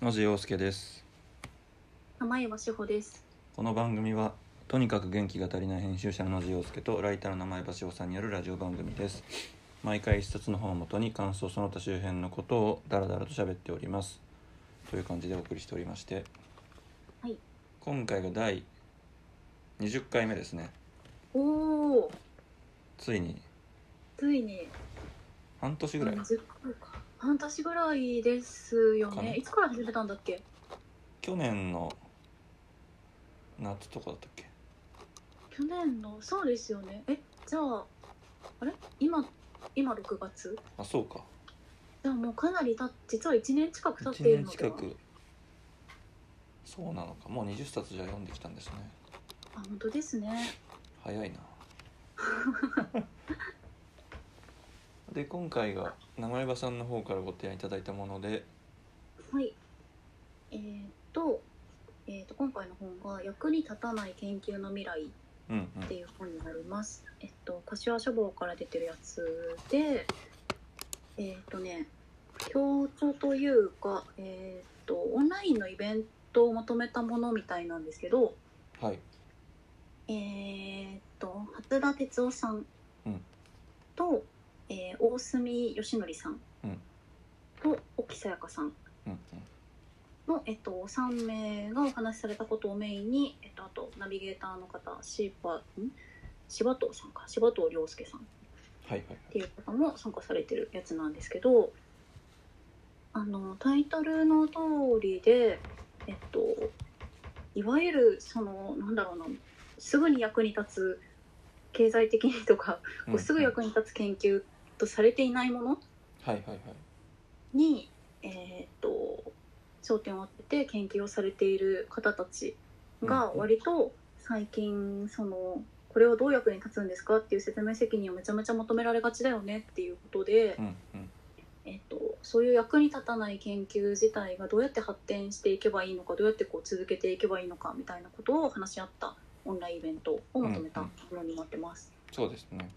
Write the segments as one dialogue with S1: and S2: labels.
S1: 野地洋介です
S2: 浜岩志保です。
S1: この番組はとにかく元気が足りない編集者の野地洋介とライターの名前橋尾さんによるラジオ番組です毎回一冊の本をもとに感想その他周辺のことをダラダラと喋っておりますという感じでお送りしておりまして
S2: はい
S1: 今回が第20回目ですね
S2: おお、
S1: ついに
S2: ついに
S1: 半年ぐらい
S2: 30回か。半年ぐらいですよ
S1: かな
S2: ね。いつから始めたんだっけ？
S1: 去年の夏とかだったっけ
S2: 去年のそうですよね。え、じゃああれ？今今6月？
S1: あそうか
S2: じゃあもうかなりた実は1年近く経ってい
S1: 1年
S2: るので
S1: 近
S2: は。
S1: くそうなのかもう20冊じゃ読んできたんですね
S2: あ本当ですね。
S1: 早いな で今回が長岩さんの方からご提案いただいたもので
S2: はい。えー、っと。えー、と今回の本が「役に立たない研究の未来」
S1: うん
S2: っていう本になります。えっと、柏書房から出てるやつで、えっとね、強調というか、えっと、オンラインのイベントをまとめたものみたいなんですけど、
S1: うんはい
S2: えっと、初田哲夫さん
S1: うん
S2: と、えー大隅義則さん
S1: うん
S2: と、沖さやかさん
S1: うん
S2: の、えっと、3名がお話しされたことをメインに、えっと、あとナビゲーターの方柴ん柴藤さんか柴藤亮介さんっ
S1: はいはい
S2: ていう方も参加されてるやつなんですけどあのタイトルの通りで、えっと、いわゆるそのなんだろうなすぐに役に立つ経済的にとか、
S1: うん
S2: こうすぐ役に立つ研究とされていないもの
S1: はいはいはい
S2: に、えーっと焦点を当てて研究をされている方たちが
S1: うん
S2: 割と最近そのこれはどう役に立つんですかっていう説明責任をめちゃめちゃ求められがちだよねっていうことで
S1: う、んうん
S2: えーっとそういう役に立たない研究自体がどうやって発展していけばいいのかどうやってこう続けていけばいいのかみたいなことを話し合ったオンラインイベントをまとめたものになってます。
S1: そうですね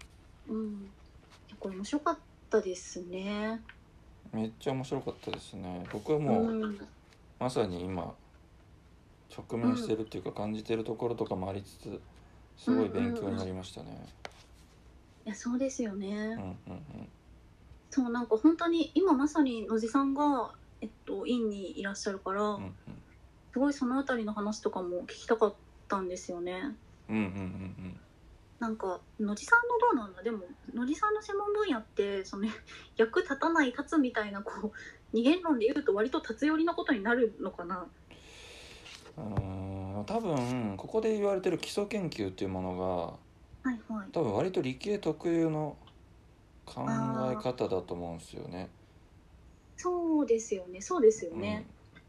S2: うん、いやこれ面白かったですね。
S1: めっちゃ面白かったですね僕はもう、
S2: うん
S1: まさに今直面してるっていうか感じてるところとかもありつつすごい勉強になりましたね
S2: いやそうですよね。
S1: うんうんうん
S2: そうなんか本当に今まさに野地さんが、えっと、院にいらっしゃるから、
S1: うんうん
S2: すごいそのあたりの話とかも聞きたかったんですよね。
S1: うんうんうん
S2: なんか野地さんのどうなんだでも野地さんの専門分野ってその 役立たない立つみたいなこう二元論で言うと割と立つ寄りのことになるのかな。
S1: うんうーん多分ここで言われてる基礎研究っていうもの
S2: はいは
S1: が
S2: い
S1: 多分割と理系特有の考え方だと思うんですよね。
S2: そうですよねそうですよね。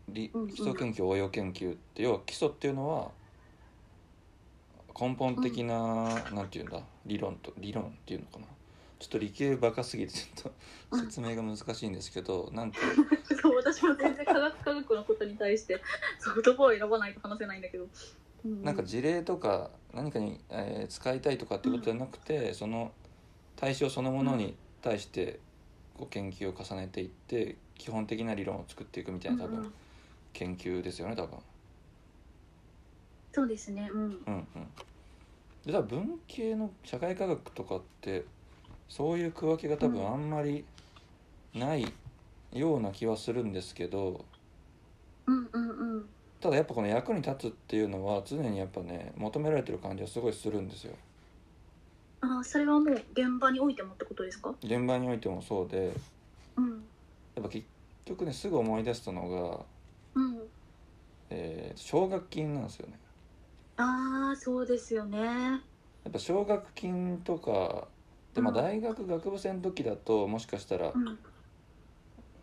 S1: うん、理
S2: うんうん
S1: 基礎研究応用研究って要は基礎っていうのは根本的な、なんていうんだ理論と理論っていうのかなちょっと理系バカすぎてちょっと説明が難しいんですけど なんか
S2: そう私も全然科学科学のことに対して そうどこを選ばないと話せないんだけど。う
S1: なんか事例とか何かに、えー使いたいとかってことじゃなくて、その対象そのものに対してこう研究を重ねていって基本的な理論を作っていくみたいな多
S2: うんう
S1: 分
S2: ん
S1: 研究ですよね多分。
S2: そうですねうん
S1: うんうん、で多分文系の社会科学とかってそういう区分けが多分
S2: うん
S1: あんまりないような気はするんですけど
S2: うんうんうん。
S1: ただやっぱこの役に立つっていうのは常にやっぱね求められてる感じはすごいするんですよ。
S2: ああそれはもう現場においてもってことですか
S1: 現場においてもそうで
S2: うん
S1: やっぱ結局ねすぐ思い出したのが、
S2: うん
S1: えー奨学金なんですよね。
S2: ああそうですよね
S1: やっぱ奨学金とかで、まあ、
S2: うん
S1: 大学学部生の時だともしかしたら、
S2: うん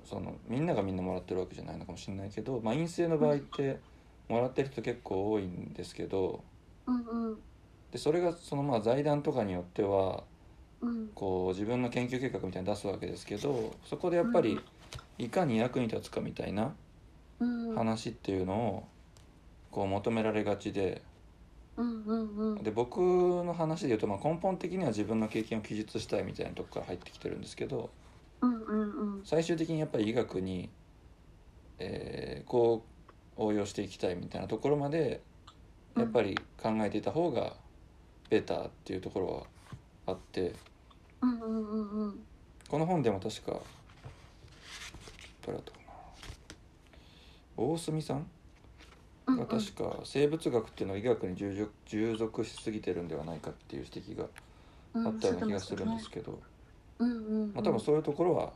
S1: そのみんながみんなもらってるわけじゃないのかもしれないけど、まあ、陰性の場合ってもらってる人結構多いんですけど
S2: うんうん
S1: でそれがそのまあ財団とかによっては
S2: うん
S1: こう自分の研究計画みたいに出すわけですけどそこでやっぱりいかに役に立つかみたいな
S2: うんうん
S1: 話っていうのをこう求められがちで
S2: うんうんうん
S1: で僕の話で言うとまあ根本的には自分の経験を記述したいみたいなとこから入ってきてるんですけど
S2: うんうん
S1: 最終的にやっぱり医学にえーこう応用していきたいみたいなところまでやっぱり考えていた方がベターっていうところはあって
S2: うんうんうんうん
S1: この本でも確か誰だったかな大隅さん
S2: うんうん
S1: が確か生物学っていうのは医学に従属従属しすぎてるんではないかっていう指摘が
S2: うん
S1: あったような気がするんですけど、
S2: うんうんうん
S1: まあ、多分そういうところは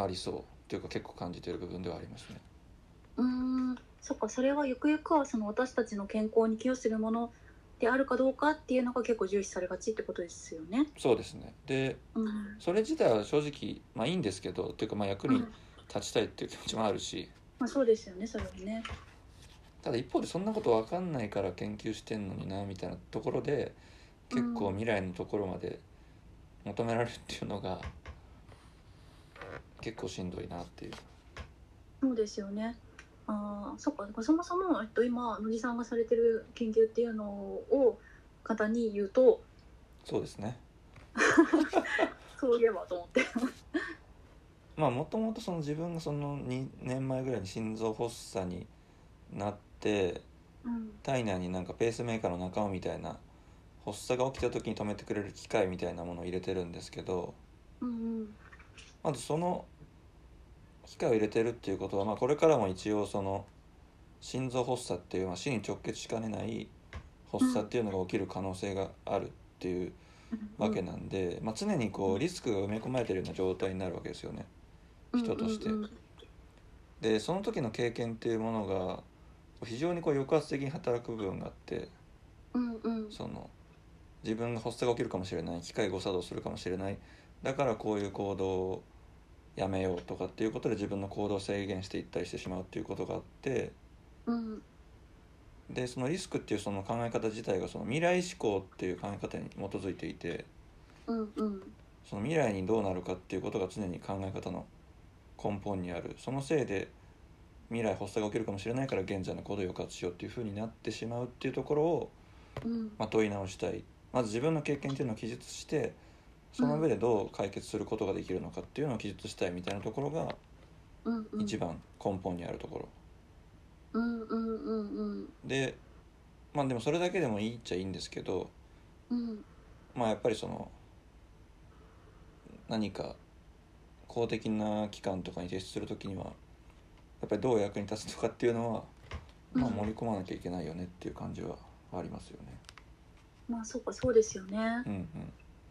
S1: ありそうっていうか結構感じてる部分ではありますね。
S2: うーんそっかそれはゆくゆくはその私たちの健康に寄与するものであるかどうかっていうのが結構重視されがちってことですよね。
S1: そうですねで
S2: うん
S1: それ自体は正直まあいいんですけどっていうかまあ役
S2: う
S1: に
S2: ん
S1: 立ちたいっていう気持ちもあるし
S2: まあ、そうですよねそれはね。
S1: ただ一方でそんなこと分かんないから研究してんのになみたいなところで結構未来のところまで求められるっていうのが結構しんどいなっていう。
S2: そうですよね。ああそっかそもそも、えっと、今野地さんがされてる研究っていうのを方に言うと
S1: そうですね
S2: そういえばと思って。
S1: まあもともとその自分がその2年前ぐらいに心臓発作になって
S2: うん
S1: 体内になんかペースメーカーの中をみたいな発作が起きた時に止めてくれる機械みたいなものを入れてるんですけど
S2: うんうん
S1: まずその機械を入れてるっていうことは、まあ、これからも一応その心臓発作っていう、まあ、死に直結しかねない発作っていうのが起きる可能性があるっていうわけなんで、まあ、常にこうリスクが埋め込まれてるような状態になるわけですよね。人として
S2: うんうん
S1: でその時の経験っていうものが非常にこう抑圧的に働く部分があって
S2: うんうん
S1: その自分が発作が起きるかもしれない機械誤作動するかもしれないだからこういう行動をやめようとかっていうことで自分の行動を制限していったりしてしまうっていうことがあって
S2: うん
S1: でそのリスクっていうその考え方自体がその未来思考っていう考え方に基づいていて
S2: うんうん
S1: その未来にどうなるかっていうことが常に考え方の根本にあるそのせいで未来発作が起きるかもしれないから現在の行動を抑圧しようっていうふうになってしまうっていうところを、
S2: うん
S1: まあ、問い直したいまず自分の経験っていうのを記述してその上でどう解決することができるのかっていうのを記述したいみたいなところが
S2: うんうん
S1: 一番根本にあるところ、
S2: うんうんうんうん
S1: でまあでもそれだけでもいいっちゃいいんですけど
S2: うん
S1: まあやっぱりその何か公的な機関とかに提出するときにはやっぱりどう役に立つとかっていうのは、まあ、
S2: うん
S1: 盛り込まなきゃいけないよねっていう感じはありますよね。
S2: まあそうかそうですよね。
S1: うん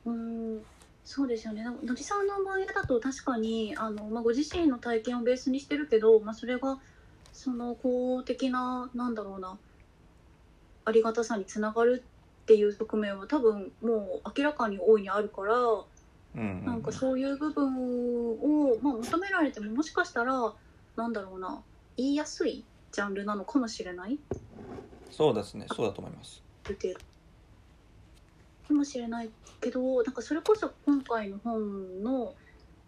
S2: うーんそうですよね。のりさんの場合だと確かにあの、まあ、ご自身の体験をベースにしてるけど、まあ、それがその公的ななんだろうなありがたさにつながるっていう側面は多分もう明らかに大いにあるから
S1: うんうんうん
S2: なんかそういう部分を、まあ、求められてももしかしたらなんだろうな言いやすいジャンルなのかもしれない
S1: そうですねそうだと思います。
S2: 出てるかもしれないけどなんかそれこそ今回の本の、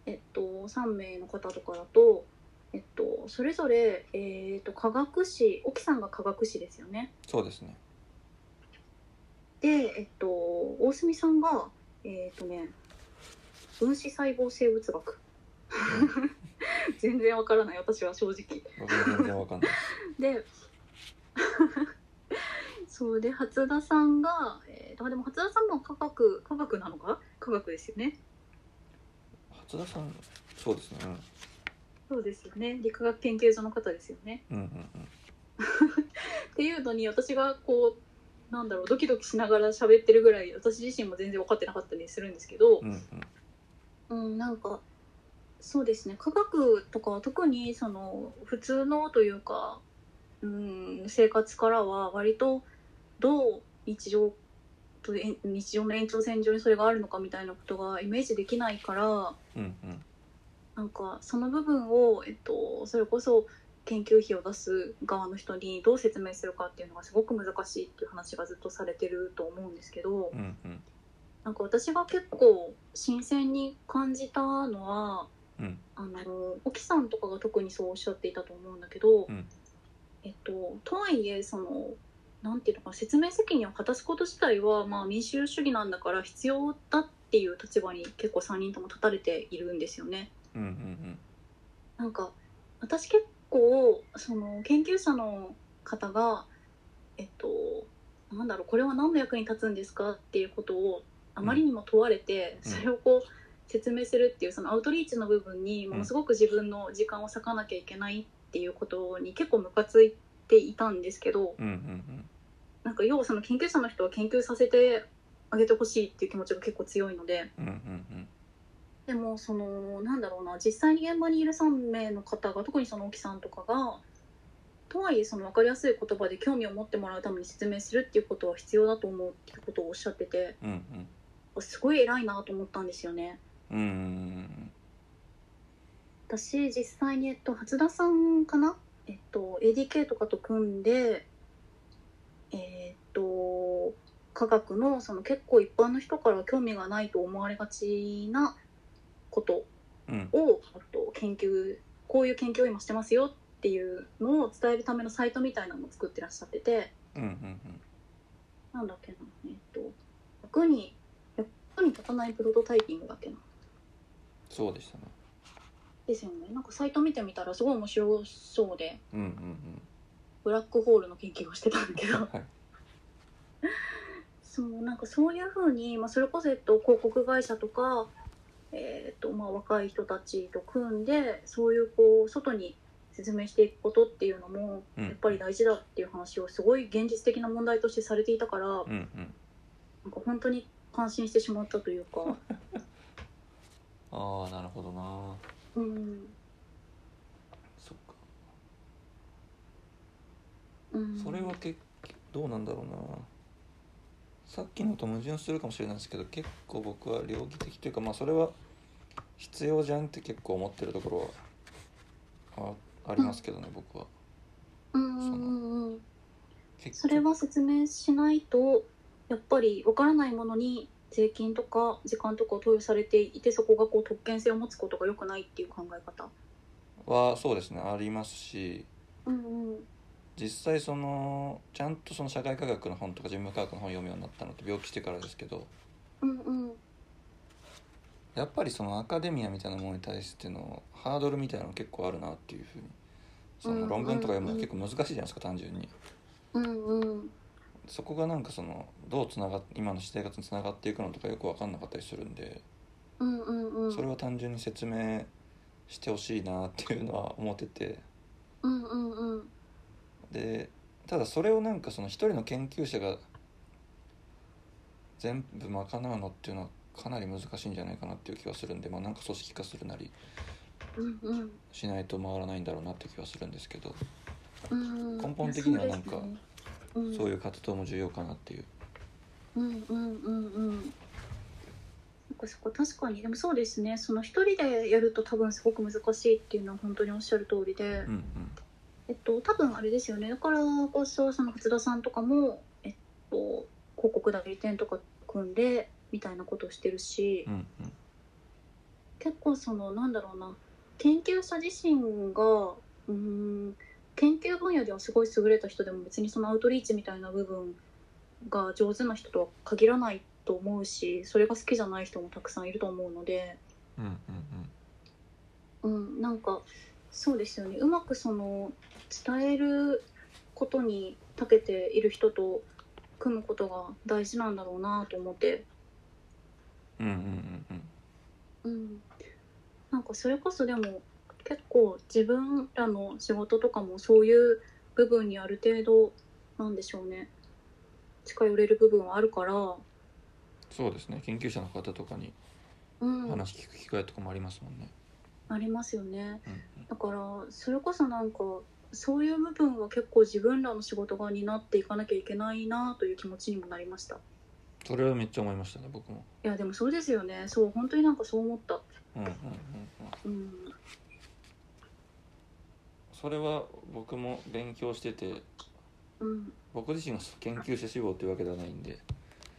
S2: えっと、3名の方とかだと、えっと、それぞれ、えっと、科学士沖さんが科学士ですよね。
S1: そうですね
S2: で、えっと、大隅さんが、えっとね、分子細胞生物学。 全然わからない私は正直。
S1: 僕も全然わかんないです
S2: で そうで初田さんが、えー、あでも初田さんも科学科学なのか科学ですよね
S1: 初田さんそうですね
S2: そうですよね理化学研究所の方ですよね
S1: うんうんうんうん
S2: っていうのに私がこうなんだろうドキドキしながら喋ってるぐらい私自身も全然分かってなかったりするんですけど
S1: うんうん
S2: うんなんかそうですね科学とかは特にその普通のというか、うん、生活からは割とどう日常とえ日常の延長線上にそれがあるのかみたいなことがイメージできないから
S1: うんうん
S2: なんかその部分を、えっと、それこそ研究費を出す側の人にどう説明するかっていうのがすごく難しいっていう話がずっとされてると思うんですけど。
S1: うんうん
S2: なんか私が結構新鮮に感じたのは、
S1: うん
S2: あの沖さんとかが特にそうおっしゃっていたと思うんだけど、
S1: うん
S2: えっと、とはいえそのなんていうのかな説明責任を果たすこと自体は、まあ、民主主義なんだから必要だっていう立場に結構3人とも立たれているんですよね。
S1: うんうんうん
S2: なんか私結構構その研究者の方がえっとなんだろうこれは何の役に立つんですかっていうことをあまりにも問われて、
S1: うん
S2: それをこう説明するっていうそのアウトリーチの部分にものすごく自分の時間を割かなきゃいけないっていうことに結構ムカついていたんですけど
S1: うんうん
S2: なんか要はその研究者の人は研究させてあげてほしいっていう気持ちが結構強いので。
S1: うんうんうん
S2: でもそのなんだろうな実際に現場にいる3名の方が特にその沖さんとかがとはいえその分かりやすい言葉で興味を持ってもらうために説明するっていうことは必要だと思うっていうことをおっしゃってて
S1: うんうん
S2: すごい偉いなと思ったんですよね。
S1: うんうん
S2: 私実際に、えっと、初田さんかな、えっと、ADK とかと組んでえっと科学のその結構一般の人から興味がないと思われがちなこと
S1: うん
S2: をあと研究こういう研究を今してますよっていうのを伝えるためのサイトみたいなのを作ってらっしゃってて
S1: うんうん
S2: なんだっけなえっと役に役に立たないプロトタイピングだっけな
S1: そうでしたね
S2: ですよねなんかサイト見てみたらすごい面白そうで
S1: うんうん
S2: ブラックホールの研究をしてたんだけ
S1: うん
S2: ど
S1: はい
S2: そうなんかそういうふうに、まあ、それこそ、えっと、広告会社とか、えっとまあ、若い人たちと組んでそういうこう外に説明していくことっていうのも
S1: うん
S2: やっぱり大事だっていう話をすごい現実的な問題としてされていたから、
S1: うんうん
S2: なんか本当に感心してしまったというか、
S1: ああなるほどな
S2: うん
S1: そっか
S2: うん、
S1: それは結どうなんだろうなさっきのと矛盾するかもしれないですけど結構僕は両義的というかまあそれは必要じゃんって結構思ってるところはあありますけどね僕は
S2: うん
S1: その
S2: うんうん
S1: 結
S2: それは説明しないとやっぱりわからないものに税金とか時間とかを投与されていてそこがこう特権性を持つことが良くないっていう考え方。
S1: はそうですねありますし
S2: うんうん
S1: 実際そのちゃんとその社会科学の本とか人文科学の本読むようになったのって病気してからですけど
S2: うんうん
S1: やっぱりそのアカデミアみたいなものに対してのハードルみたいなの結構あるなっていうふうにそ
S2: うんうん
S1: の
S2: うん
S1: 論文とか読むのは結構難しいじゃないですか単純に。
S2: うんうん
S1: そこがなんかそのどうつながっ今の生活につながっていくのとかよく分かんなかったりするんで、
S2: うんうんうん
S1: それは単純に説明してほしいなっていうのは思ってて
S2: うんうんうん
S1: でただそれをなんかその一人の研究者が全部賄うのっていうのはかなり難しいんじゃないかなっていう気はするんでまあなんか組織化するなり
S2: うんうん
S1: しないと回らないんだろうなって気はするんですけど
S2: うん
S1: 根本的にはなんか
S2: そうですねうん
S1: そういう活動も重要かなっていう。
S2: うんうんうんうんなんかそこ確かにでもそうですねその一人でやると多分すごく難しいっていうのは本当におっしゃる通りで、
S1: うん
S2: えっと多分あれですよねだからこそその初田さんとかもえっと広告代理店とか組んでみたいなことをしてるし、
S1: うんうんうん
S2: 結構そのなんだろうな研究者自身がうーん研究分野ではすごい優れた人でも別にそのアウトリーチみたいな部分が上手な人とは限らないと思うしそれが好きじゃない人もたくさんいると思うので、
S1: うんうん
S2: うん、なんかそうですよねうまくその伝えることに長けている人と組むことが大事なんだろうなと思って
S1: うんうんうんうん
S2: うん、なんかそれこそでも結構自分らの仕事とかもそういう部分にある程度なんでしょうね近寄れる部分はあるから、
S1: そうですね研究者の方とかに
S2: うん、
S1: 話聞く機会とかもありますもんね。
S2: ありますよね
S1: うん
S2: だからそれこそなんかそういう部分は結構自分らの仕事が担っていかなきゃいけないなという気持ちにもなりましたい
S1: それはめっちゃ思いましたね僕も。
S2: やでもそうですよねそう本当になんかそう思った
S1: うんうんうんうん、
S2: うん
S1: それは僕も勉強してて
S2: うん
S1: 僕自身が研究者志望というわけではないんで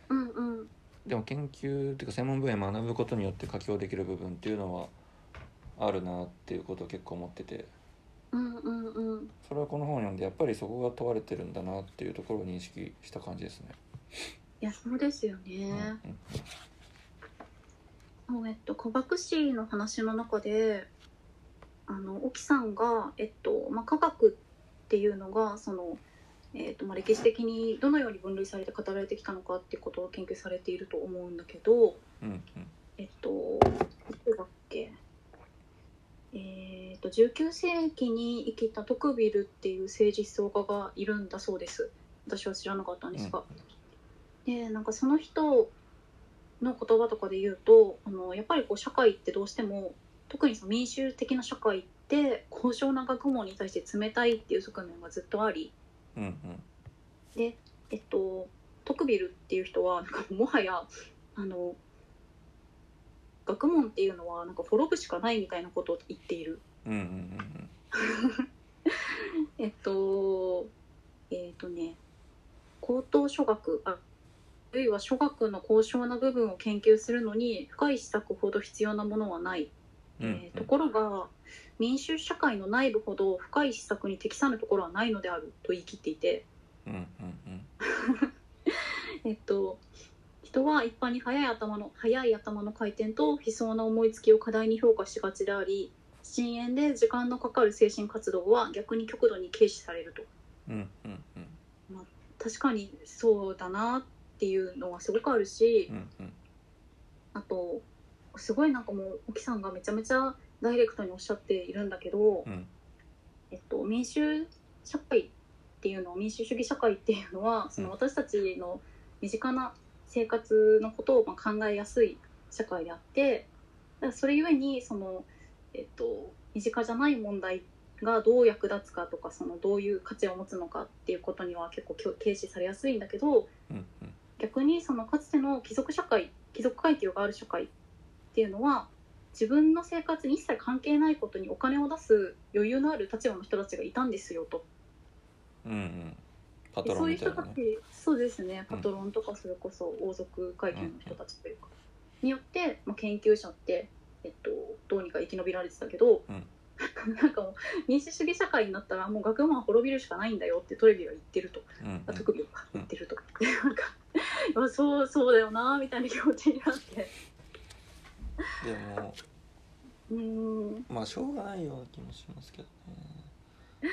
S2: うんうん
S1: でも研究っていうか専門分野を学ぶことによって妥協できる部分っていうのはあるなっていうことを結構思ってて
S2: うんうんうん
S1: それはこの本を読んでやっぱりそこが問われてるんだなっていうところを認識した感じですね。
S2: いやそうですよね、
S1: うんうん
S2: もうえっと、科学史の話の中であの沖さんが、えっとまあ、科学っていうのがその、えっとまあ、歴史的にどのように分類されて語られてきたのかっていうことを研究されていると思うんだけど、
S1: うん
S2: えっと、いつだっけ、えっと19世紀に生きたトクビルっていう政治思想家がいるんだそうです私は知らなかったんですが、でなんかその人の言葉とかで言うとあのやっぱりこう社会ってどうしても特にその民主的な社会って高尚な学問に対して冷たいっていう側面がずっとあり、
S1: うんうん
S2: えっと、トクビルっていう人はなんかもはやあの学問っていうのはなんか滅ぶしかないみたいなことを言っている。
S1: うんうんうんうん
S2: えっとえっとね高等諸学ああるいは諸学の高尚な部分を研究するのに深い施策ほど必要なものはない、
S1: うん
S2: えーところが民主社会の内部ほど深い施策に適さぬところはないのであると言い切っていて、
S1: うんうんうん
S2: えっと、人は一般に速い頭の速い頭の回転と悲壮な思いつきを過大に評価しがちであり深淵で時間のかかる精神活動は逆に極度に軽視されると
S1: うんうんうん
S2: 確かにそうだなっていうのはすごくあるし
S1: うんうん
S2: あとすごいなんかもう沖さんがめちゃめちゃダイレクトにおっしゃっているんだけど、
S1: うん
S2: えっと、民主社会っていうの民主主義社会っていうのはその私たちの身近な生活のことをまあ考えやすい社会であってだからそれゆえにその、えっと、身近じゃない問題がどう役立つかとかそのどういう価値を持つのかっていうことには結構きょ軽視されやすいんだけど
S1: うんうん
S2: 逆にそのかつての貴族社会貴族階級がある社会っていうのは自分の生活に一切関係ないことにお金を出す余裕のある立場の人たちがいたんですよと
S1: うんうんパ
S2: で
S1: ト
S2: そ
S1: ロン
S2: うい
S1: み
S2: う
S1: たい
S2: 人
S1: な
S2: た
S1: ね
S2: ちそうですね
S1: うん
S2: パトロンとかそれこそ王族階級の人たちというか、によって、まあ、研究者って、えっと、どうにか生き延びられてたけど、
S1: うん
S2: なんかもう民主主義社会になったらもう学問は滅びるしかないんだよってトレビは言ってると
S1: うんうん
S2: あ特に言ってるとか、なんかまあそうそうだよなみたいな気持ちになって
S1: でも
S2: うーん
S1: まあしょうがないような気もしますけどね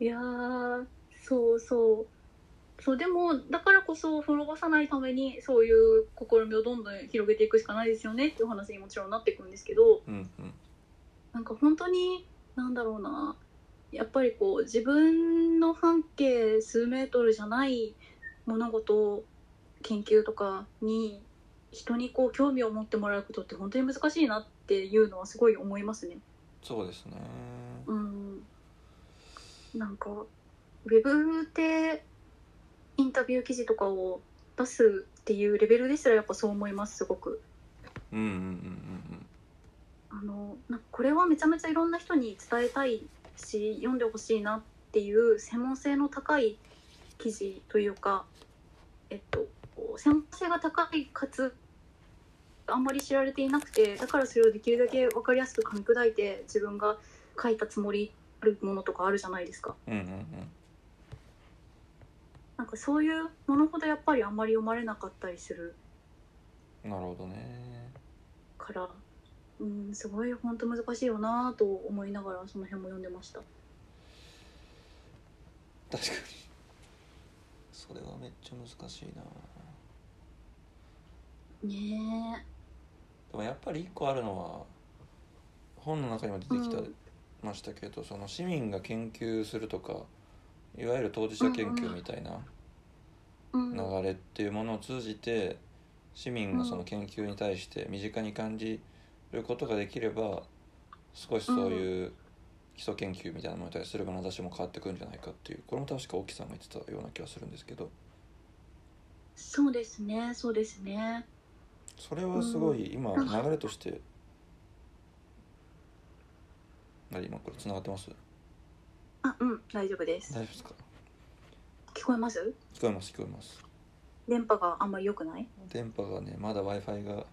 S2: いやーそうそうそうでもだからこそ滅ぼさないためにそういう試みをどんどん広げていくしかないですよねっていう話にもちろんなっていくんですけど
S1: うんうん
S2: なんか本当になんだろうなやっぱりこう自分の半径数メートルじゃない物事研究とかに人にこう興味を持ってもらうことって本当に難しいなっていうのはすごい思いますね。
S1: そうですね
S2: うん、なんかウェブでインタビュー記事とかを出すっていうレベルですらやっぱそう思いますすごく。
S1: うんうんうん
S2: あのなんかこれはめちゃめちゃいろんな人に伝えたいし読んでほしいなっていう専門性の高い記事というか、えっと、こう専門性が高いかつあんまり知られていなくてだからそれをできるだけ分かりやすく噛み砕いて自分が書いたつもりあるものとかあるじゃないですか。
S1: うんうんうんうん
S2: なんかそういうものほどやっぱりあんまり読まれなかったりする
S1: なるほどね
S2: から、うん、すごい本当難しいよなぁと思いながらその辺も読んでました。
S1: 確かにそれはめっちゃ難しいな
S2: ねえ
S1: でもやっぱり一個あるのは本の中にも出てきた、
S2: うん
S1: ましたけどその市民が研究するとかいわゆる当事者研究みたいな
S2: うん
S1: 流れっていうものを通じて市民がその研究に対して身近に感じることができれば少しそういう基礎研究みたいなものに対する眼差しも変わってくるんじゃないかっていうこれも確か沖さんが言ってたような気がするんですけど
S2: そうですね、そうですね。
S1: それはすごい今
S2: うん
S1: 流れとして何今これ繋がってます
S2: あ、うん、大丈夫です
S1: 大。丈夫ですか
S2: 聞こえます？
S1: 聞こえます聞こえます
S2: 電波があんまり良くない？
S1: 電波がねまだ w i f i が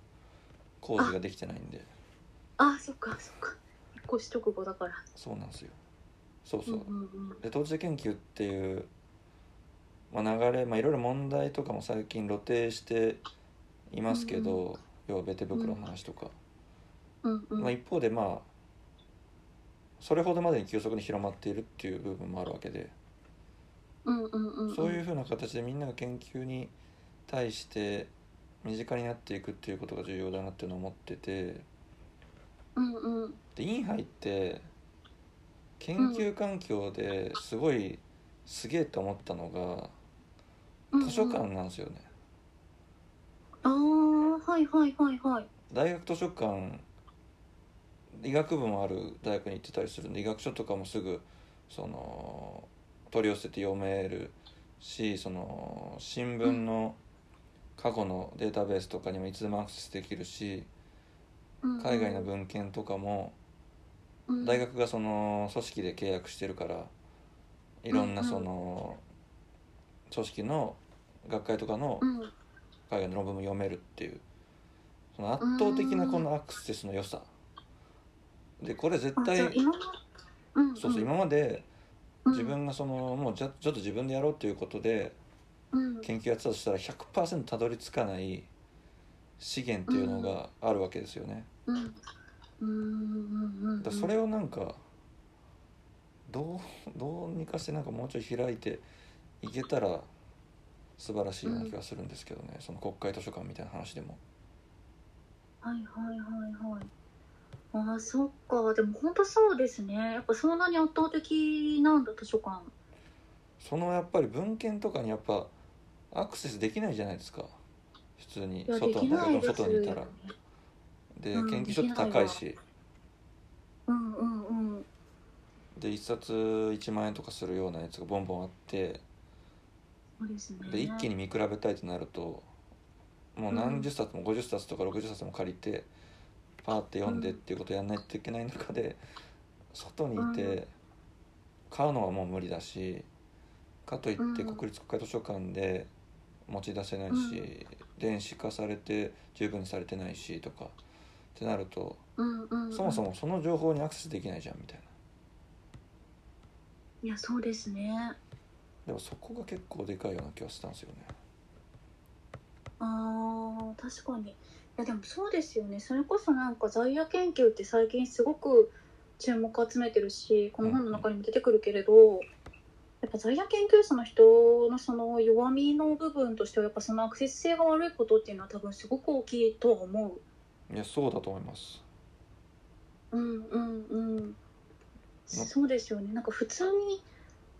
S1: 工事ができてないんで
S2: あ、そっか、そっか。引っ越し直後だから。
S1: そうなんですよそう
S2: う
S1: そ
S2: ん
S1: う、
S2: うんうん。
S1: で当事者研究っていう、まあ、流れ、まあ、いろいろ問題とかも最近露呈していますけど、要はベテ袋の話とか、
S2: うんうん。
S1: まあ、一方でまあそれほどまでに急速に広まっているっていう部分もあるわけで
S2: うんうんうんうん
S1: そういうふうな形でみんなが研究に対して身近になっていくっていうことが重要だなっていうのを思ってて
S2: うんうん
S1: でインハイって研究環境ですごいすげえと思ったのが
S2: うんうん
S1: 図書館なんですよね。
S2: あーはいはいはいはい
S1: 大学図書館医学部もある大学に行ってたりするんで医学書とかもすぐその取り寄せて読めるしその新聞の過去のデータベースとかにもいつでもアクセスできるし
S2: うんうん
S1: 海外の文献とかも
S2: うん
S1: 大学がその組織で契約してるからいろんな
S2: うんうん
S1: その組織の学会とかの
S2: うん
S1: 海外の論文も読めるっていうその圧倒的なこのアクセスの良さでこれ絶
S2: あ
S1: 対
S2: じゃあ今まうんうん
S1: そうそう今まで
S2: うん
S1: 自分がそのもうじゃちょっと自分でやろうっていうことで
S2: うん
S1: 研究やってたとしたら100%たどり着かない資源っていうのがあるわけですよね
S2: うんうんうんうんうん
S1: だからそれをなんかどうどうにかしてなんかもうちょい開いていけたら素晴らしいような気がするんですけどねその国会図書館みたいな話でも。
S2: はいはいはいはい。ああ、そっか。でも本当そうですね。やっぱそんなに圧倒的なんだ、図書館。
S1: そのやっぱり文献とかにやっぱアクセスできないじゃないですか普通に
S2: いや、
S1: 外
S2: できない
S1: の
S2: です
S1: 外
S2: よ、
S1: にい
S2: ね
S1: たら。で
S2: うん
S1: 研究所って高いし
S2: うんうんうん。
S1: で1冊1万円とかするようなやつがボンボンあって
S2: そうですね。
S1: で一気
S2: に。
S1: に見比べたいとなるともう何十冊も50冊とか60冊も借りてパーって読んでっていうことをやんないといけない中で外にいて買うのはもう無理だしかといって
S2: うん
S1: 国立国会図書館で持ち出せないし電子化されて十分にされてないしとかってなると
S2: うんうん、うん。
S1: そもそ。もその情報にアクセスできないじゃんみたいな。
S2: いや、そうですね。
S1: でもそこが結構でかいような気がしたんですよね。
S2: ああ、確かに。いや、でもそうですよね。それこそなんか在野研究って最近すごく注目集めてるし、この本の中にも出てくるけれど、やっぱ在野研究者の人のその弱みの部分としてはやっぱそのアクセス性が悪いことっていうのは多分すごく大きいとは思
S1: いやそうだと思います。
S2: う。うんうんうん。そうですよね。なんか普通に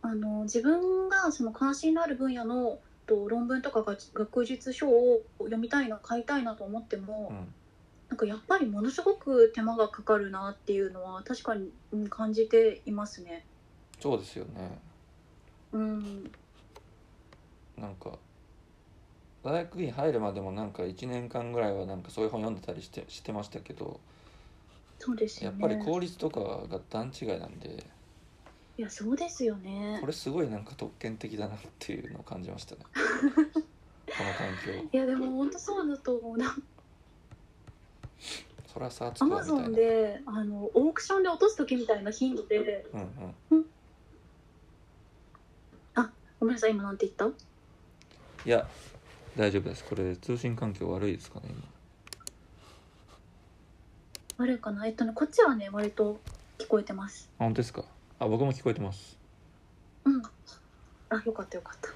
S2: あの自分がその関心のある分野のと論文とかが学術書を読みたいな買いたいなと思っても、
S1: うん
S2: なんかやっぱりものすごく手間がかかるなっていうのは確かにうん感じていますね。
S1: そうですよね。
S2: うん、
S1: なんか大学院入るまでもなんか1年間ぐらいはなんかそういう本読んでたりしてしてましたけど
S2: そうです
S1: や
S2: よ
S1: っ
S2: ね。
S1: ぱり効率とかが段違いなんで
S2: いやそうですよね
S1: こ。れすごいなんか特権的だなっていうのを感じました ねこの環境
S2: いやでも本当そうだと思う。なんか
S1: それはさあつ
S2: ア
S1: くわ
S2: マ
S1: み
S2: ゾ
S1: たい
S2: ン
S1: な、
S2: であのオークションで落とす時みたいな頻度で、
S1: うんうん、
S2: ごめんなさい今なんて言った？
S1: いや大丈夫ですこれ通信環境悪いですかね今
S2: 悪いかな。えっとねこっちはね割と聞こえてます。
S1: あ本当ですかあ僕も聞こえてます
S2: うん。あ、よかったよかった。す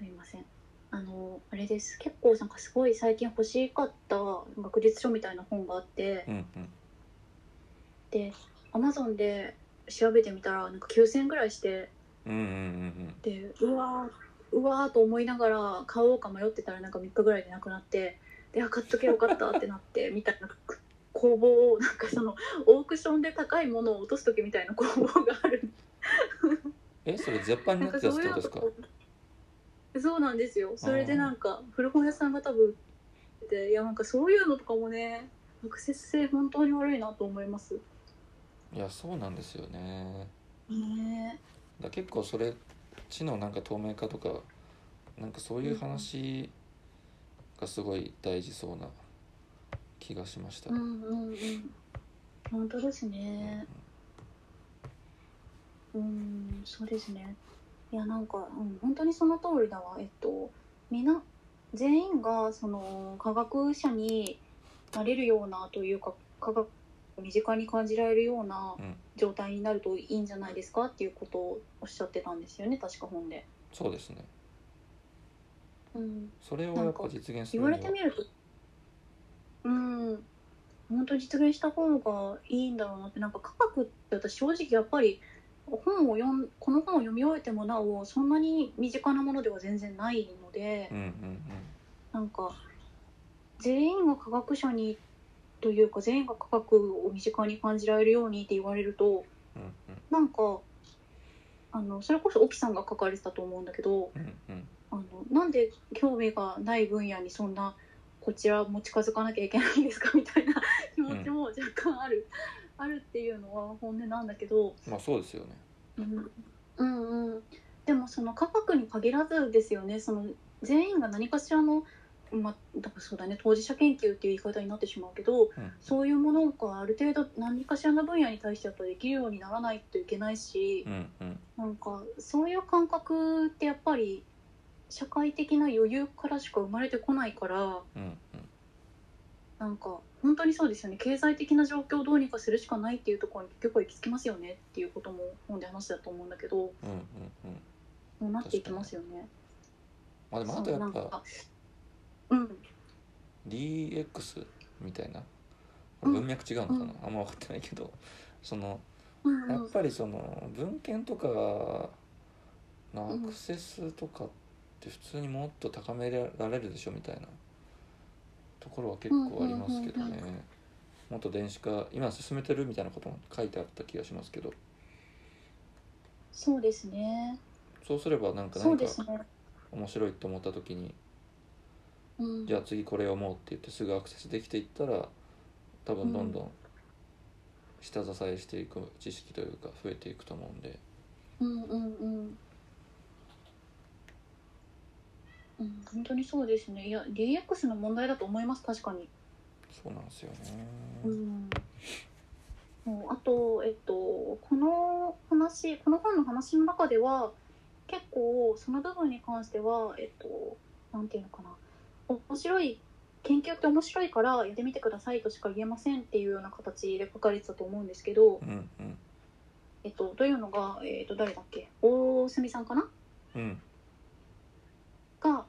S2: みません。あの、あれです。結構なんかすごい最近欲しかった学術書みたいな本があって、
S1: うんうん
S2: で、アマゾンで調べてみたら、なんか9000円ぐらいして、
S1: うんうんうん
S2: で、うわー、うわーと思いながら買おうか迷ってたらなんか3日ぐらいでなくなって、で、あ、買っとけばよかったってなって、 みたいな。工房をなんかそのオークションで高いものを落とす時みたいな工房があるんで
S1: うんえそれ絶版に
S2: な
S1: なんって
S2: か
S1: た
S2: そ
S1: やつっ
S2: う
S1: て
S2: い
S1: こと
S2: うの
S1: ですか
S2: とそうなんですよそれでなんか古本屋さんが多分でいやなんかそういうのとかもねアクセス性本当に悪いなと思います
S1: いやそうなんですよね
S2: ねえ
S1: だ結構それ知のなんか透明化とかなんかそういう話がすごい大事そうな気がしました、
S2: う
S1: うん
S2: んうんうん本当ですねうんそうですねいやなんか、うん、本当にその通りだわえっとみんな全員がその科学者になれるようなというか科学身近に感じられるような
S1: うん
S2: 状態になるといいんじゃないですかっていうことをおっしゃってたんですよね確か本で、
S1: そうですね
S2: うん、
S1: それをやっぱ実現す
S2: 言
S1: る
S2: わ
S1: に
S2: れ
S1: は
S2: てみるとうん本当実現した方がいいんだろうなってなんか科学って私正直やっぱり本を読んこの本を読み終えてもなおそんなに身近なものでは全然ないので
S1: うんうん
S2: なんか全員が科学者にというか全員が科学を身近に感じられるようにって言われると
S1: うんうん
S2: なんかあのそれこそ沖さんが書かれてたと思うんだけど、
S1: うんうん
S2: あのなんで興味がない分野にそんなこちらも近づかなきゃいけないんですかみたいな気持ちも若干ある、 あるっていうのは本音なんだけど、
S1: まあそうですよね
S2: うん、うんうんでもその科学に限らずですよねその全員が何かしらの、まあ、だからそうだね当事者研究っていう言い方になってしまうけど
S1: うん
S2: そういうものがある程度何かしらの分野に対してやっぱできるようにならないといけないし。
S1: うんうん
S2: なんかそういう感覚ってやっぱり社会的な余裕からしか生まれてこないから
S1: うん
S2: なんか本当にそうですよね経済的な状況をどうにかするしかないっていうところに結局は行き着きますよねっていうことも本で話したと思うんだけどそ
S1: うんうんうん
S2: うなっていきますよね。
S1: まあでもあと
S2: そう
S1: や
S2: なん
S1: っぱ
S2: かうん、
S1: DX みたいな
S2: うん
S1: 文脈違うのかな、あんま分かってないけどその
S2: うんうん
S1: やっぱりその文献とかのアクセスとかって普通にもっと高められるでしょみたいなところは結構ありますけど
S2: うんうん
S1: ねもっと電子化今進めてるみたいなことも書いてあった気がしますけど
S2: そうですね
S1: そうすればなんか
S2: そ
S1: 何
S2: う
S1: か
S2: ですね、
S1: 面白いと思った時に
S2: うん、
S1: じゃあ次これ読もうって言ってすぐアクセスできていったら多分どんどん下支えしていく知識というか増えていくと思うんで
S2: うんうんうんうん、本当にそうですねいや DX の問題だと思います確かに
S1: そうなんですよね。
S2: うんもうあと、えっと、この話この本の話の中では結構その部分に関しては、えっと、なんていうのかな面白い研究って面白いからやってみてくださいとしか言えませんっていうような形で書かれてたと思うんですけど
S1: う、んうん
S2: えっと、というのが、えっと、誰だっけ大隅さんかな
S1: うん
S2: が、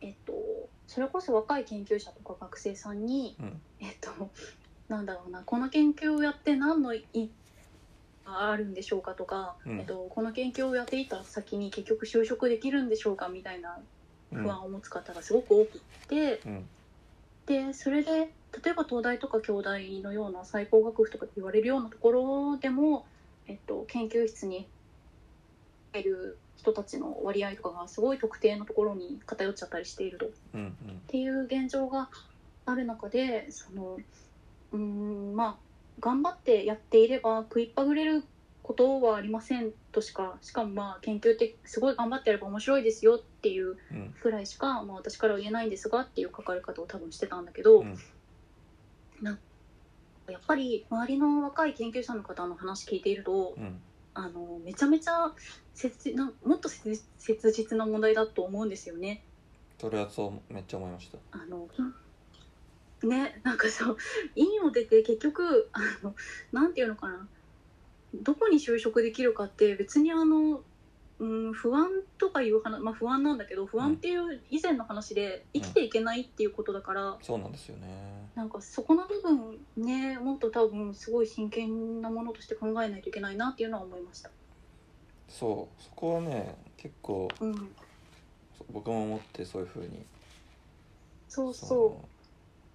S2: えっと、それこそ若い研究者とか学生さんに、
S1: うん
S2: えっと、なんだろうなこの研究をやって何の意義があるんでしょうかとか、
S1: うん
S2: えっと、この研究をやっていた先に結局就職できるんでしょうかみたいな
S1: うん
S2: 不安を持つ方がすごく多くって、
S1: うん
S2: でそれで例えば東大とか京大のような最高学府とかって言われるようなところでも、えっと、研究室に入る人たちの割合とかがすごい特定のところに偏っちゃったりしていると。
S1: うんうん
S2: っていう現状がある中でそのうーんまあ頑張ってやっていれば食いっぱぐれることはありませんとしかしかもまあ研究ってすごい頑張ってやれば面白いですよっていう
S1: うん
S2: くらいしか、まあ、私からは言えないんですがっていう書かれ方を多分してたんだけど、
S1: うん
S2: なんかやっぱり周りの若い研究者の方の話聞いていると
S1: うん
S2: あのめちゃめちゃ切実なもっと切実切実な問題だと思うんですよね。
S1: それはそうめっちゃ思いました。
S2: あのねなんかそう院を出て結局あのなんていうのかなどこに就職できるかって別にあの、うん、不安とかいう話まあ不安なんだけど不安っていう以前の話で生きていけないっていうことだから、
S1: そうなんですよね。
S2: なんかそこの部分ねもっと多分すごい真剣なものとして考えないといけないなっていうのは思いました。
S1: そうそこはね結構
S2: うん、
S1: 僕も思ってそういう風に
S2: そうそ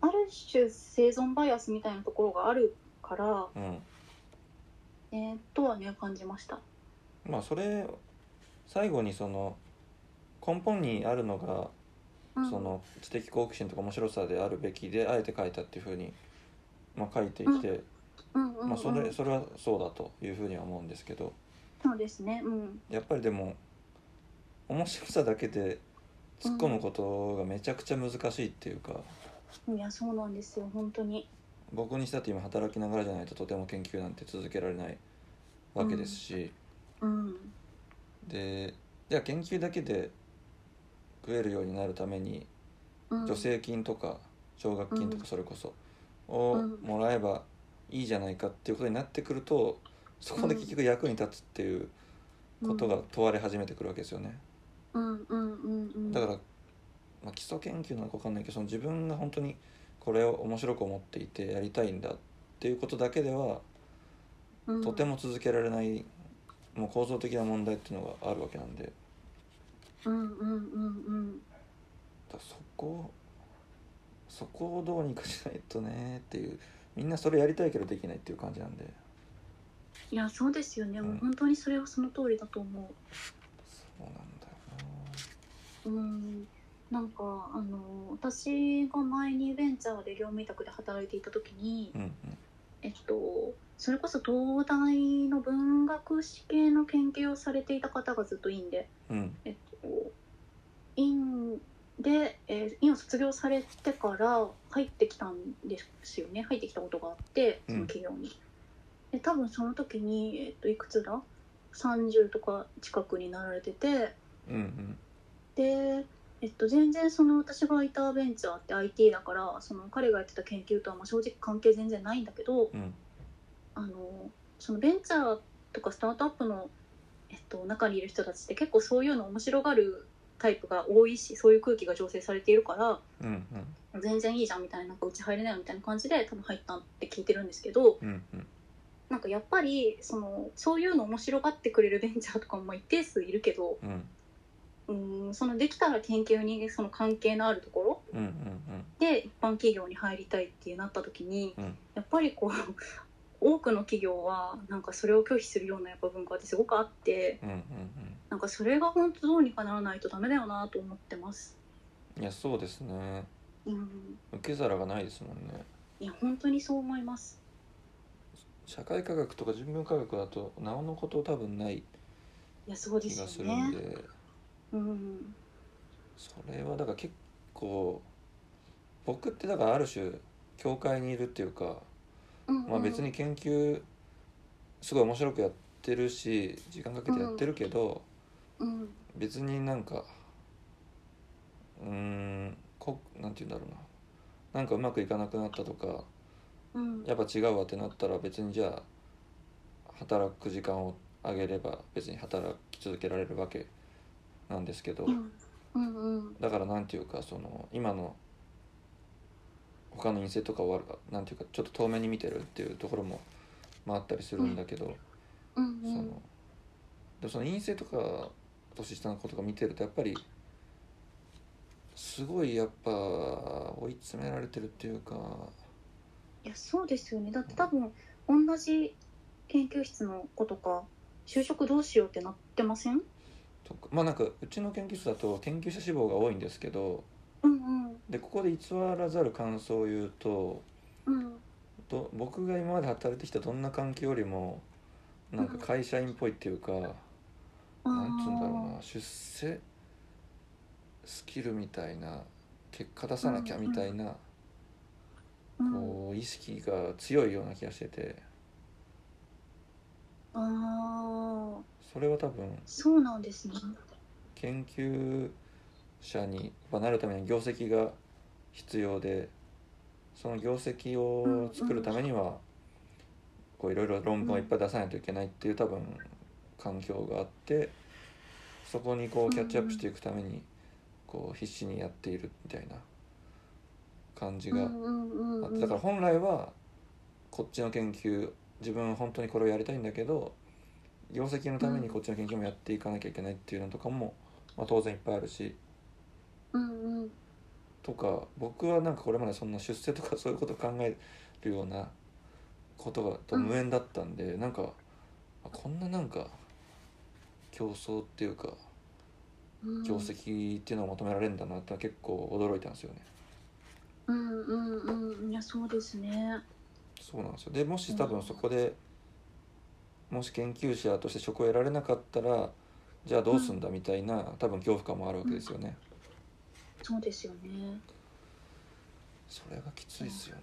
S2: うある種生存バイアスみたいなところがあるから、
S1: ううん
S2: えー、とはね感じました。
S1: まあそれ最後にその根本にあるのが
S2: うん
S1: その知的好奇心とか面白さであるべきであえて書いたっていうふうに、まあ、書いていて、
S2: うんうんうん
S1: まあ、それそれはそうだというふうには思うんですけど
S2: そうですね。うん。
S1: やっぱりでも面白さだけで突っ込むことがめちゃくちゃ難しいっていうか、
S2: いや、そうなんですよ。本当に。
S1: 僕にしたって今働きながらじゃないととても研究なんて続けられないわけですし、
S2: うん。
S1: でじゃあ研究だけで食えるようになるために
S2: うん
S1: 助。成金とか奨学金と
S2: うん
S1: かそれこそを
S2: うん
S1: もらえばいいじゃないかっていうことになってくるとそこで結局役に立つっていうことが問われ始めてくるわけですよね。
S2: うんうんうんうん
S1: だから、まあ、基礎研究なのか分かんないけどその自分が本当にこれを面白く思っていてやりたいんだっていうことだけでは
S2: ら
S1: とて
S2: も、
S1: も続けられないもう構造的な問題っていうのがあるわけなんでだか
S2: うんうんうんうん、
S1: らそこをそこをどうにかしないとねっていうみんなそれやりたいけどできないっていう感じなんで
S2: いやそうですよね、
S1: うん
S2: もう本当にそれはその通りだと思
S1: そうなんだ
S2: ううんなんかあの私が前にベンチャーで業務委託で働いていた時に、
S1: よな
S2: えっとそれこそ東大の文学史系の研究をされていた方がずっと院で
S1: うんうん
S2: えっと、院で、えー院を卒業されてから入ってきたんですよね入ってきたことがあってその企業に、で多分その時に、えっといくつだ30とか近くになられてて
S1: うんうん
S2: で、えっと、全然その私がいたベンチャーって IT だからその彼がやってた研究とはまあ正直関係全然ないんだけど
S1: うんうん
S2: あのそのベンチャーとかスタートアップの、えっと、中にいる人たちって結構そういうの面白がるタイプが多いしそういう空気が醸成されているから
S1: うん
S2: 全然いいじゃんみたいななんかうち入れないよみたいな感じで多分入ったって聞いてるんですけど
S1: うんうん
S2: なんかやっぱりそのそういうの面白がってくれるベンチャーとかもまあ一定数いるけど
S1: うん
S2: うーんそのできたら研究にその関係のあるとこ
S1: うん
S2: ろ
S1: うん
S2: で一般企業に入りたいってなった時に、
S1: うん
S2: やっぱりこう 多くの企業はなんかそれを拒否するようなやっぱ文化ってすごくあって
S1: うんうん
S2: なんかそれが本当どうにかならないとダメだよなと思ってます。
S1: うんいやそうですね
S2: うん、
S1: 受け皿がないですもんね
S2: いや本当にそう思います。
S1: 社会科学とか人文科学だとなおのこと多分ない
S2: いやそうで
S1: 気が
S2: す
S1: す
S2: よ
S1: るん
S2: ね。
S1: で
S2: うん、
S1: それはだから結構僕ってだからある種教会にいるっていうか、
S2: うん
S1: まあ、別に研究すごい面白くやってるし時間かけてやってるけど、
S2: うん
S1: 別になんかうーんこなんて言うんだろうななんかうまくいかなくなったとか
S2: うん
S1: やっぱ違うわってなったら別にじゃあ働く時間を上げれば別に働き続けられるわけなんですけど、
S2: うんうんうん
S1: だからなんていうかその今の他の院生とかはなんていうかちょっと遠目に見てるっていうところもまああったりするんだけど、
S2: うん
S1: そのでもその院生とか年下の子とか見てるとやっぱりすごいやっぱ追い詰められてるっていうか
S2: いやそうですよねだって多分同じ研究室の子とか就職どうしようってなってません
S1: とかまあなんかうちの研究室だと研究者志望が多いんですけど
S2: うんうん
S1: でここで偽らざる感想を言うと
S2: うん
S1: ど僕が今まで働いてきたどんな環境よりもなんか会社員っぽいっていうか、なんつうんだろうな出世スキルみたいな結果出さなきゃみたいな、
S2: うな
S1: こう意識が強いような気がしてて
S2: ああ
S1: それは多分
S2: そうなんですね。
S1: 研究者になるために業績が必要でその業績を作るためにはこういろいろ論文をいっぱい出さないといけないっていう多分環境があってそこにこうキャッチアップしていくためにこう必死にやっているみたいな感じ
S2: う
S1: が
S2: んうんうん
S1: あっ
S2: う
S1: て
S2: ん
S1: だから本来はこっちの研究自分は本当にこれをやりたいんだけど業績のためにこっちの研究もやっていかなきゃいけないっていうのとかも、まあ、当然いっぱいあるし
S2: うんうん
S1: とか僕はなんかこれまでそんな出世とかそういうことを考えるようなことがと
S2: うん
S1: 無縁だったんで、なんかあこんななんか競争っていうか
S2: うん
S1: 業績っていうのを求められるんだなってのは結構驚いたんですよね。
S2: うんうんうんいやそうですね。
S1: そうなんですよでもし多
S2: う
S1: 分
S2: ん
S1: そこで、もし研究者として職を得られなかったらじゃあどうすんだみたいな、多分恐怖感もあるわけですよね、
S2: そうですよね。
S1: それがきついですよね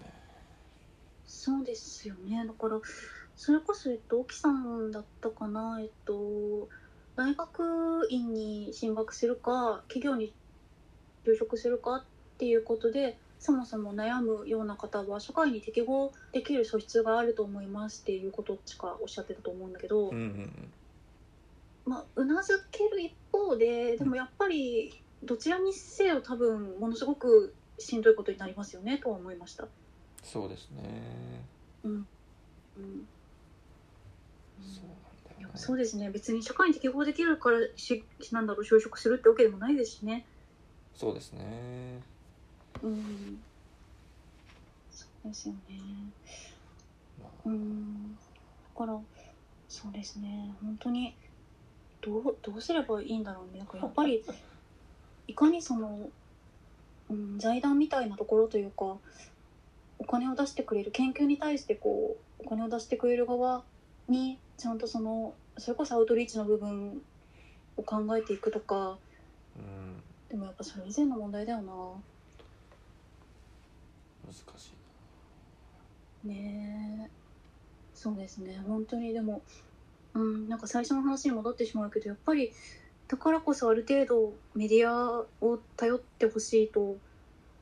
S2: そうですよね。だからそれこそえっと沖さんだったかなえっと大学院に進学するか企業に就職するかっていうことでそもそも悩むような方は社会に適合できる素質があると思いますっていうことしかおっしゃってたと思うんだけど、
S1: うんうん
S2: まあ、うなずける一方ででもやっぱりどちらにせよ多分ものすごくしんどいことになりますよねとは思いました。
S1: そうですね
S2: うんうん
S1: そうなんだ
S2: いや
S1: よ、ね、
S2: そうですね別に社会に適合できるからしなんだろう就職するってわけでもないですしね。
S1: そうですね
S2: うん、そうですよね。
S1: まあ
S2: うん、だからそうですね本当にどうどうすればいいんだろうねなんかやっぱりいかにその、うん、財団みたいなところというかお金を出してくれる研究に対してこうお金を出してくれる側にちゃんとそのそれこそアウトリーチの部分を考えていくとか
S1: うん
S2: でもやっぱそれ以前の問題だよな。
S1: 難しい
S2: ねえそうですね本当にでもうんなんか最初の話に戻ってしまうけどやっぱりだからこそある程度メディアを頼ってほしいと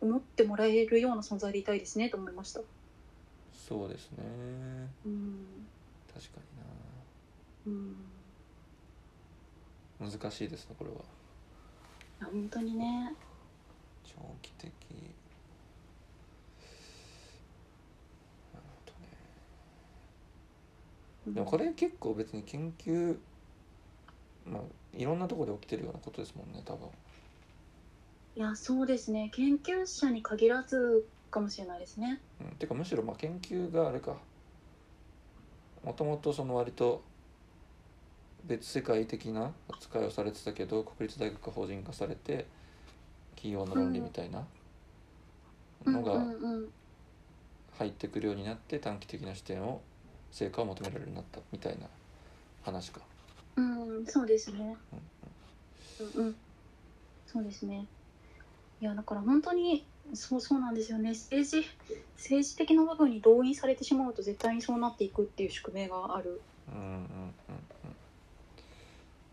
S2: 思ってもらえるような存在でいたいですねと思いました。
S1: なそうですね
S2: うん
S1: 確か
S2: うん、
S1: にな難しいですねこれは
S2: いや本当にね
S1: 長期的なるほどね
S2: うん
S1: でもこれ結構別に研究まあいろんなところで起きてるようなことですもんね多分
S2: いやそうですね研究者に限らずかもしれないですね。
S1: うん、てかむしろまあ研究があれかもともとその割と別世界的な扱いをされてたけど国立大学が法人化されて企業の論理みたいなの
S2: う
S1: が
S2: んうんうん、
S1: 入ってくるようになって短期的な視点を成果を求められるようになったみたいな話か。
S2: うん、そうですね
S1: うん。
S2: うん、うん、そうですね。いや、だから、本当に、そう、そうなんですよね。政治、政治的な部分に動員されてしまうと、絶対にそうなっていくっていう宿命がある。
S1: うんうんうんうん、
S2: う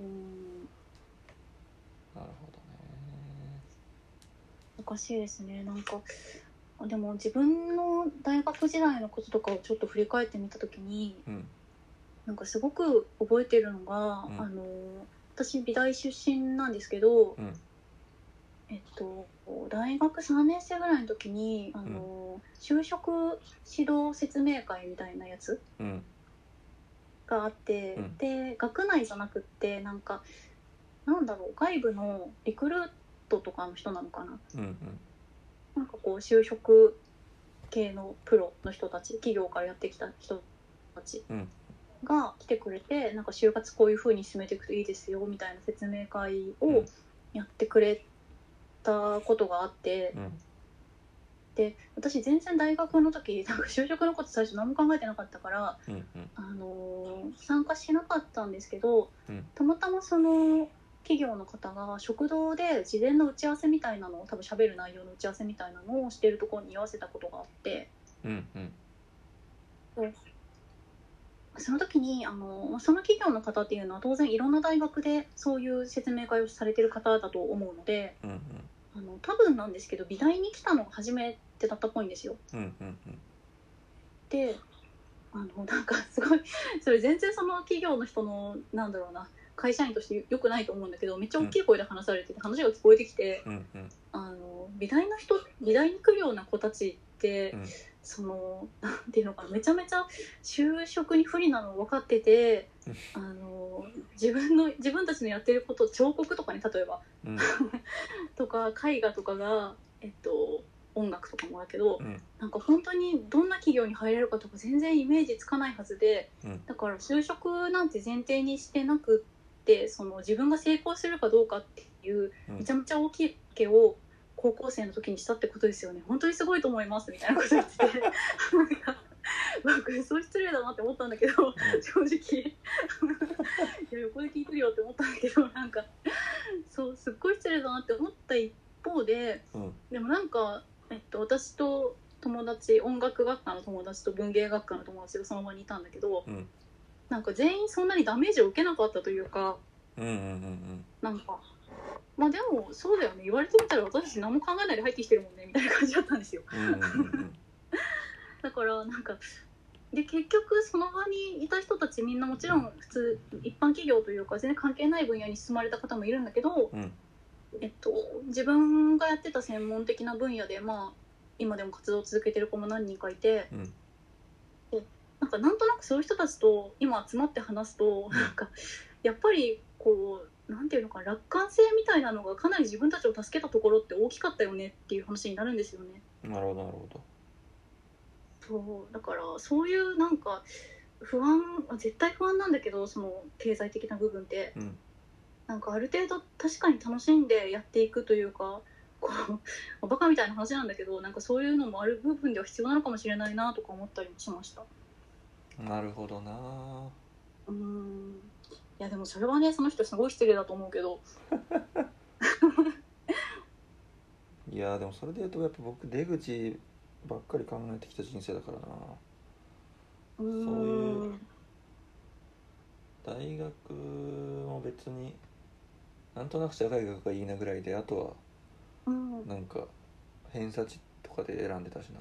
S2: ん、
S1: なるほどね。
S2: 難しいですね。なんか。あでも自分の大学時代のこととかをちょっと振り返ってみた時に
S1: うん
S2: なんかすごく覚えてるのが、
S1: うん
S2: あの私美大出身なんですけど、
S1: うん
S2: えっと、大学3年生ぐらいの時にあの、就職指導説明会みたいなやつ
S1: うん
S2: があって、
S1: うん
S2: で学内じゃなくってなんかなんだろう外部のリクルートとかの人なのかな
S1: うんうん
S2: なんかこう就職系のプロの人たち企業からやってきた人たち
S1: うん
S2: が来てくれてなんか就活こういう風に進めていくといいですよみたいな説明会をやってくれたことがあって。
S1: うん
S2: で私全然大学の時なんか就職のこと最初何も考えてなかったから、
S1: うんうん
S2: あのー参加しなかったんですけど、
S1: うん
S2: たまたまその企業の方が食堂で事前の打ち合わせみたいなのを多分喋る内容の打ち合わせみたいなのをしてるところに居合わせたことがあって
S1: うんうん
S2: その時に、あのーその企業の方っていうのは当然いろんな大学でそういう説明会をされてる方だと思うので
S1: うん
S2: あの多分なんですけど美大に来たのが初めてだったっぽいんですよ。
S1: うんうんうんうん
S2: であのなんかすごい それ全然その企業の人のなんだろうな会社員として良くないと思うんだけどめっちゃ大きい声で話されてて話が聞こえてきて
S1: うんうん
S2: あの美大の人美大に来るような子たちって、
S1: うん
S2: そのなんていうのかなめちゃめちゃ就職に不利なの分かってて
S1: うん
S2: あの自分の自分たちのやってること彫刻とかに例えば
S1: うん
S2: とか絵画とかが、えっと、音楽とかもだけど、
S1: うん
S2: なんか本当にどんな企業に入れるかとか全然イメージつかないはずで、
S1: うん
S2: だから就職なんて前提にしてなくってその自分が成功するかどうかっていう
S1: うん
S2: めちゃめちゃ大きい賭けを高校生の時にしたってことですよね本当にすごいと思いますみたいなこと言ってて なんか僕そう失礼だなって思ったんだけど正直いや横で聞いてるよって思ったんだけどなんかそうすっごい失礼だなって思った一方で
S1: うん
S2: でもなんか、えっと、私と友達音楽学科の友達と文芸学科の友達がその場にいたんだけど
S1: うん
S2: なんか全員そんなにダメージを受けなかったというか
S1: うんうんうんうん
S2: なんかまあでもそうだよね言われてみたら私たち何も考えないで入ってきてるもんねみたいな感じだったんですよ
S1: うんうんうん
S2: だからなんかで結局その場にいた人たちみんなもちろん普通一般企業というか全然関係ない分野に進まれた方もいるんだけど、
S1: うん
S2: えっと、自分がやってた専門的な分野で、まあ、今でも活動を続けてる子も何人かいて、
S1: うん
S2: でなんかなんとなくそういう人たちと今集まって話すと、なんかやっぱりこうなんていうのかな楽観性みたいなのがかなり自分たちを助けたところって大きかったよねっていう話になるんですよね。
S1: うんなるほどなるほど
S2: そうだからそういうなんか不安あ絶対不安なんだけどその経済的な部分って、
S1: うん
S2: なんかある程度確かに楽しんでやっていくというかこう バカみたいな話なんだけどなんかそういうのもある部分では必要なのかもしれないなとか思ったりもしました。
S1: なるほどな
S2: うーんいやでもそれはねその人すごい失礼だと思うけど
S1: いやーでもそれで言うとやっぱ僕出口ばっかり考えてきた人生だからな
S2: うー
S1: そうんいう大学も別になんとなく社会学がいいなぐらいであとは
S2: うん
S1: なんか偏差値とかで選んでたしな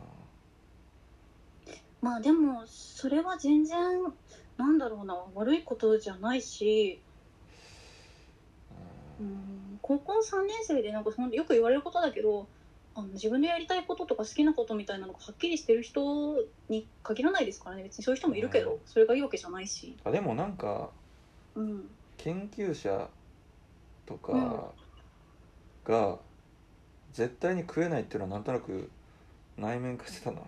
S2: まあでもそれは全然なんだろうな悪いことじゃないしう
S1: うん
S2: ん高校3年生でなんかそのよく言われることだけどあの自分でやりたいこととか好きなことみたいなのがはっきりしてる人に限らないですからね別にそういう人もいるけ
S1: う
S2: ど、
S1: ん
S2: それがいいわけじゃないし、
S1: あでもなんか
S2: うん、
S1: 研究者と
S2: うん
S1: かが絶対に食えないっていうのはなんとなく内面化してたな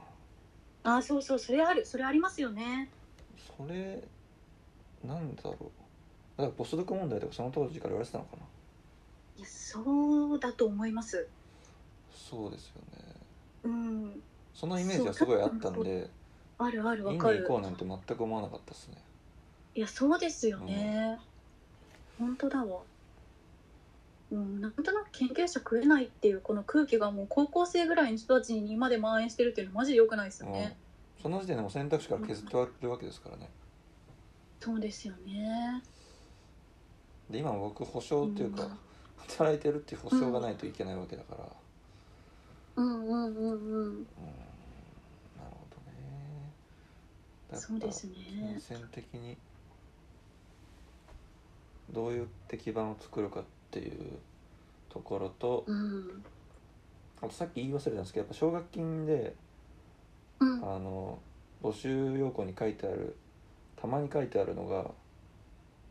S2: あそうそうそれあるそれありますよね
S1: それなんだろうだからポスドク問題とかその当時から言われてたのかない
S2: やそうだと思います
S1: そうですよね
S2: うん
S1: そのイメージはすごいあったんで
S2: あるあるわ
S1: 院に
S2: か
S1: 行
S2: る
S1: こうなんて全く思わなかったですね
S2: いやそうですよね、本当だわうん、なんとなく研究者食えないっていうこの空気がもう高校生ぐらいの人たちに今で蔓延してるっていうのはマジで良くないですよね、
S1: うん、その時点でもう選択肢から削ってわるわけですからね
S2: そうですよね。
S1: で今も僕保証っていうか、
S2: うん
S1: 働いてるっていう保証がないといけないわけだから、
S2: うんうんうんう
S1: う
S2: ん。
S1: んなるほどねだ
S2: そうですね
S1: 金銭的にどういって基盤を作るかっていうところと、
S2: うん。
S1: あとさっき言い忘れたんですけどやっぱ奨学金で
S2: うん。
S1: あの募集要項に書いてあるたまに書いてあるのが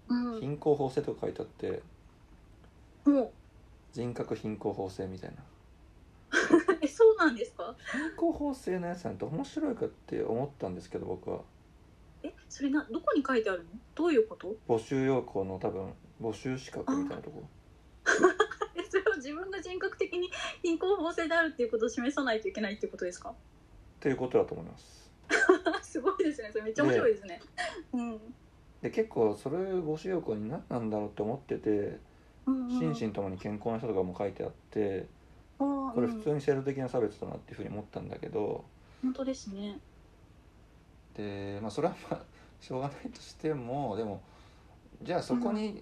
S2: うん。
S1: 貧困法制とか書いてあって
S2: も
S1: 人格貧困法制みたいな
S2: う、え、そうなんですか。
S1: 貧困法制のやつなんて面白いかって思ったんですけど僕は
S2: え、それな、どこに書いてあるの。どういうこと。
S1: 募集要項の多分募集資格みたいなとこ
S2: え、それは自分が人格的に貧困法制であるっていうことを示さないといけないっていうことですか。
S1: っていうことだと思います
S2: すごいですね。それめっちゃ面白いですね。うん。
S1: で結構それ募集要項に何なんだろうって思ってて
S2: うんうん、
S1: 心身ともに健康な人とかも書いてあって
S2: こ
S1: これ普通
S2: うん、
S1: に制度的な差別だなっていうふうに思ったんだけど
S2: 本当ですね
S1: でまあそれはまあ しょうがないとしてもでもじゃあそこに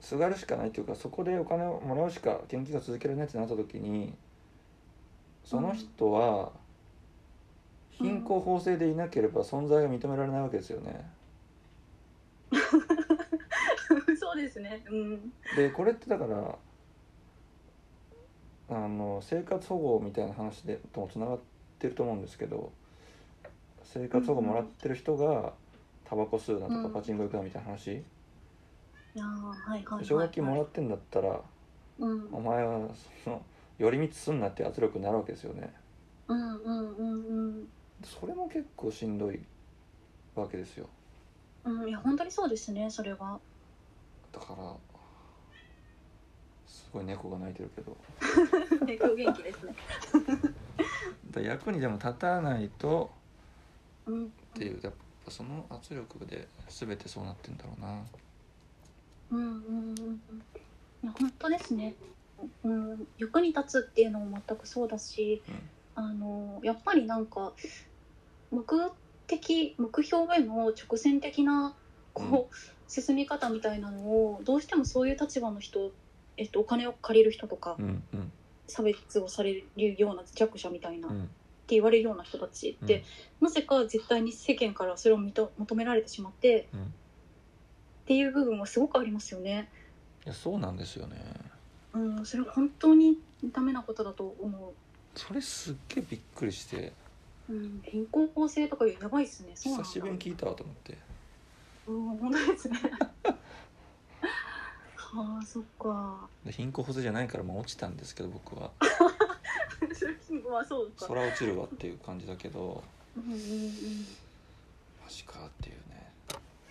S1: すがるしかないというか、そこでお金をもらうしか研究が続けられないってなった時にその人は
S2: うん
S1: 貧困法制でいなければ存在が認められないわけですよね。
S2: そうですねうん
S1: でこれってだからあの生活保護みたいな話でともつながってると思うんですけど生活保護もらってる人がタバコ吸うなと
S2: う
S1: か
S2: ん
S1: パチンコ行くなみたいな話。
S2: いやーはいはいはい、はい、
S1: 奨学金もらってんだったら、
S2: うん
S1: お前はその寄り道すんなって圧力になるわけですよね
S2: うんうんうん
S1: それも結構しんどいわけですよ
S2: うんうんいや本当にそうですねそれは
S1: だからすごい猫が鳴いてるけど
S2: ね今日元気ですね
S1: だから役にでも立たないと
S2: うん
S1: っていうやっぱその圧力で全てそうなってんだろうな
S2: うんうんうんうんいや本当ですね、うん、役に立つっていうのも全くそうだし、あのやっぱりなんか目的目標への直線的なこう、進み方みたいなのをどうしてもそういう立場の人えっと、お金を借りる人とか
S1: うんうん
S2: 差別をされるような弱者みたいな、
S1: う
S2: って
S1: ん
S2: 言われるような人たちって、なぜか絶対に世間からそれを認求められてしまって、
S1: うん
S2: っていう部分はすごくありますよね。
S1: いやそうなんですよね
S2: うん、それは本当にダメなことだと思
S1: それすっげえびっくりして
S2: う。うん、貧困法制とかやばいですね。そうなん
S1: 久
S2: だ。
S1: しぶりに聞いたわと思って
S2: うん、本当ですね。 はあ、そっか。
S1: で貧困補正じゃないからまあ落ちたんですけど僕は
S2: まあ、そうか。
S1: 空落ちるわっていう感じだけど
S2: うんうんうん。
S1: マジかっていうね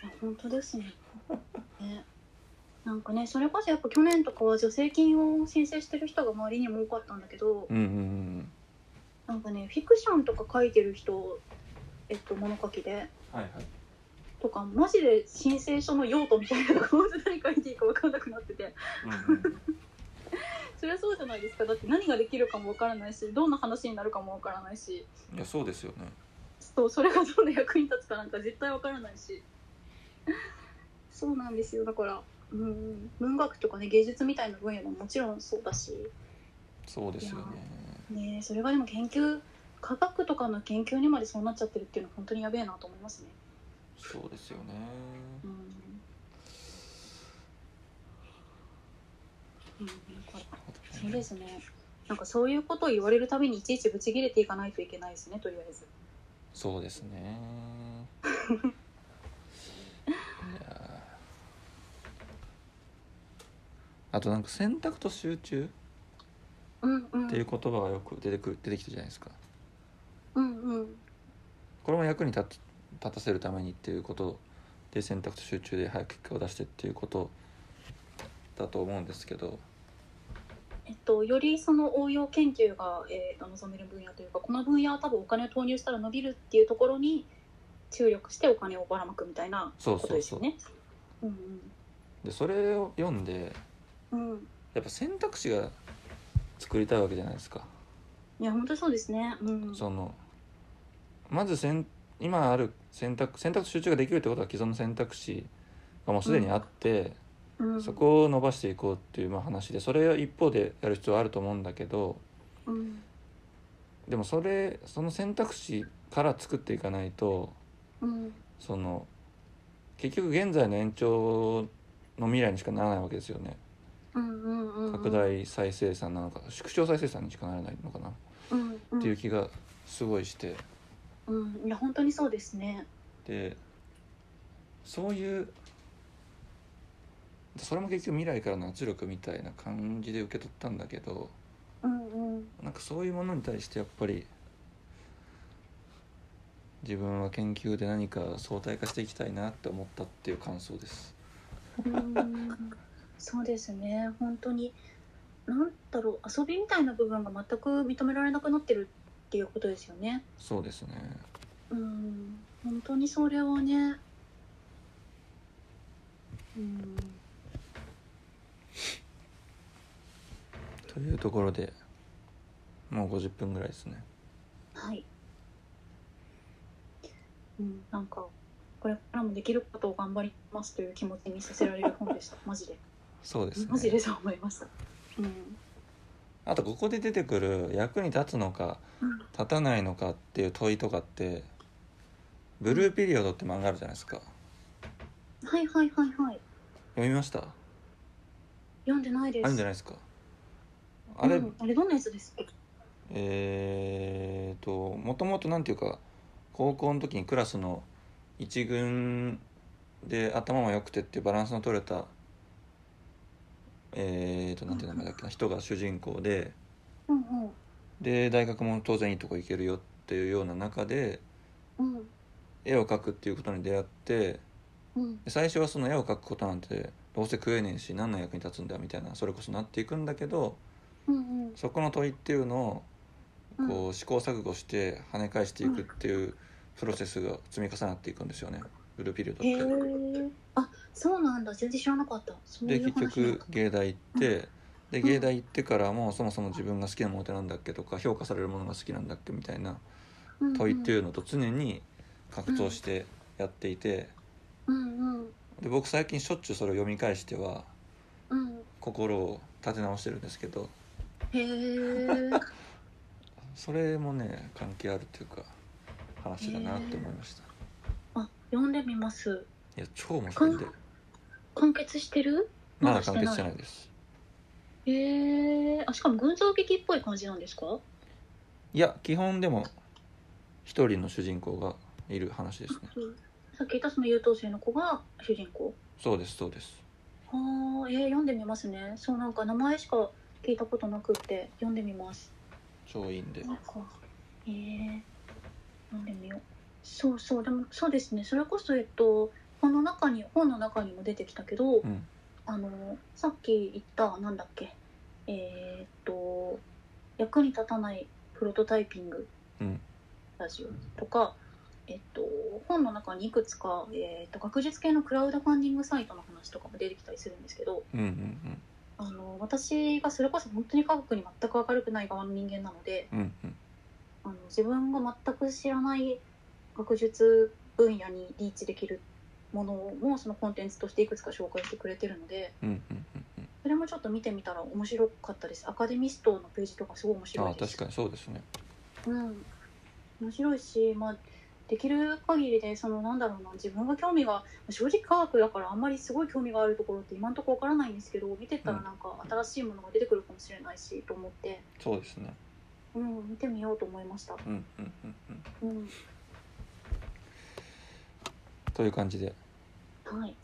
S2: あ本当ですね。 ね。なんかね、それこそやっぱ去年とかは助成金を申請してる人が周りにも多かったんだけど、
S1: うんうん
S2: なんかね、フィクションとか書いてる人、えっと、物書きで、
S1: うんはいはい
S2: とか、マジで申請書の用途みたいなのが、本当に何書いていいか分かんなくなってて、
S1: うんうん
S2: そりゃそうじゃないですか。だって何ができるかも分からないし、どんな話になるかも分からないし、
S1: いやそうですよね
S2: そう、それがどんな役に立つかなんか絶対分からないし。 そうなんですよ。だから、うん、文学とかね、芸術みたいな分野ももちろんそうだし、
S1: そうですよね
S2: ねえそれがでも研究科学とかの研究にまでそうなっちゃってるっていうのは本当にやべえなと思いますね。
S1: そうですよね
S2: うんうん、これそうですね。なんかそういうことを言われるたびにいちいちブチ切れていかないといけないですね。とりあえず。
S1: そうですねいやーあとなんか選択と集中
S2: うんうん。
S1: っていう言葉がよく出てくる出てきたじゃないですか
S2: うんうん。
S1: これも役に立つ立たせるためにっていうことで選択と集中で早く結果を出してっていうことだと思うんですけど
S2: えっとよりその応用研究がえーと望める分野というか、この分野は多分お金を投入したら伸びるっていうところに注力してお金をばらまくみたいな
S1: そう
S2: こと
S1: そう
S2: です
S1: そ
S2: よ
S1: う
S2: ね。うん
S1: でそれを読んで
S2: うんうん。
S1: やっぱ選択肢が作りたいわけじゃないですか
S2: いや本当にそうですね。うん。
S1: そのまず選今ある選択選択と集中ができるってことは既存の選択肢がもうすでにあって、
S2: うん、
S1: そこを伸ばしていこうっていうまあ話でそれを一方でやる必要はあると思うんだけど
S2: うん
S1: でもそれその選択肢から作っていかないと
S2: うん
S1: その結局現在の延長の未来にしかならないわけですよね
S2: うんうんうんうん
S1: 拡大再生産なのか縮小再生産にしかならないのかなっ
S2: うんうん
S1: ていう気がすごいして
S2: うんいや本当にそうですね
S1: でそういうそれも結局未来からの圧力みたいな感じで受け取ったんだけど
S2: うんうん
S1: なんかそういうものに対してやっぱり自分は研究で何か相対化していきたいなって思ったっていう感想です。
S2: うんそうですね本当になんだろう遊びみたいな部分が全く認められなくなってるっていうことですよね
S1: そうですね
S2: うん本当にそれはねうん
S1: というところでもう50分ぐらいですね。
S2: はいうんなんかこれからもできることを頑張りますという気持ちにさせられる本でしたマジで
S1: そうですね
S2: マジでそう思いました。うん。
S1: あとここで出てくる役に立つのか
S2: うん
S1: 立たないのかっていう問いとかってブルーピリオドって漫画あるじゃないですか
S2: はいはいはいはい。
S1: 読みました
S2: 読んでないです。
S1: あるんじゃないですかあれ、
S2: うんあれどんなやつですか。
S1: えー、ともともとなんていうか高校の時にクラスの一軍で頭も良くてっていうバランスの取れたえー、となんていう名前だっけな人が主人公で
S2: うんうん
S1: で大学も当然いいとこ行けるよっていうような中で
S2: うん
S1: 絵を描くっていうことに出会って
S2: うん
S1: で最初はその絵を描くことなんてどうせ食えねえし何の役に立つんだみたいなそれこそなっていくんだけど
S2: うん
S1: そこの問いっていうの
S2: う
S1: を
S2: ん。
S1: こう試行錯誤して跳ね返していくっていうプロセスが積み重なっていくんですよねブルーピリオ
S2: へ
S1: ドって。
S2: え。あ、そうなんだ。全然知らなかった。そうい
S1: で
S2: う
S1: 結
S2: 話なん
S1: 局
S2: だ
S1: 芸大行ってで芸大行ってからもそもそも自分が好きなものってなんだっけとか評価されるものが好きなんだっけみたいな問いっていうのと常に格闘してやっていて
S2: うんうん
S1: で僕最近しょっちゅうそれを読み返しては
S2: うん
S1: 心を立て直してるんですけど
S2: へえ
S1: それもね関係あるというか話だなって思いました、
S2: あ読んでみます
S1: いや超面白いんで
S2: 完結してる
S1: まだ完結してないです
S2: へえあしかも群像劇っぽい感じなんですか
S1: いや基本でも一人の主人公がいる話ですね
S2: そうさっき言ったその優等生の子が主人公
S1: そうですそうです
S2: ああ、えー、読んでみますね。そう、なんか名前しか聞いたことなくって、読んでみます。
S1: 超いいんで
S2: なんか、えー、読んでみよう。そうそう、でも、そうですね。それこそ、えっと、この中に、本の中にも出てきたけど、
S1: うん
S2: あの、さっき言った、なんだっけ。えーっと、役に立たないプロトタイピング
S1: うん
S2: ラジオとか、えっと、本の中にいくつか、えーっと、学術系のクラウドファンディングサイトの話とかも出てきたりするんですけど、
S1: うんうん
S2: あの私がそれこそ本当に科学に全く明るくない側の人間なので
S1: うんうんうん
S2: あの自分が全く知らない学術分野にリーチできるものもそのコンテンツとしていくつか紹介してくれてるので
S1: うんうんうんうん
S2: それもちょっと見てみたら面白かったですアカデミストのページとかすごい面白
S1: あ
S2: い
S1: あ
S2: で
S1: 確
S2: す
S1: かにそうですね
S2: うん、面白いし、まあ、できる限りでそのなんだろうな自分が興味が正直科学だからあんまりすごい興味があるところって今のところわからないんですけど見てったらなんか新しいものが出てくるかもしれないしと思って、
S1: そうですね
S2: うん、見てみようと思いました。
S1: うんうんうんうん
S2: うん
S1: という感じで
S2: はい、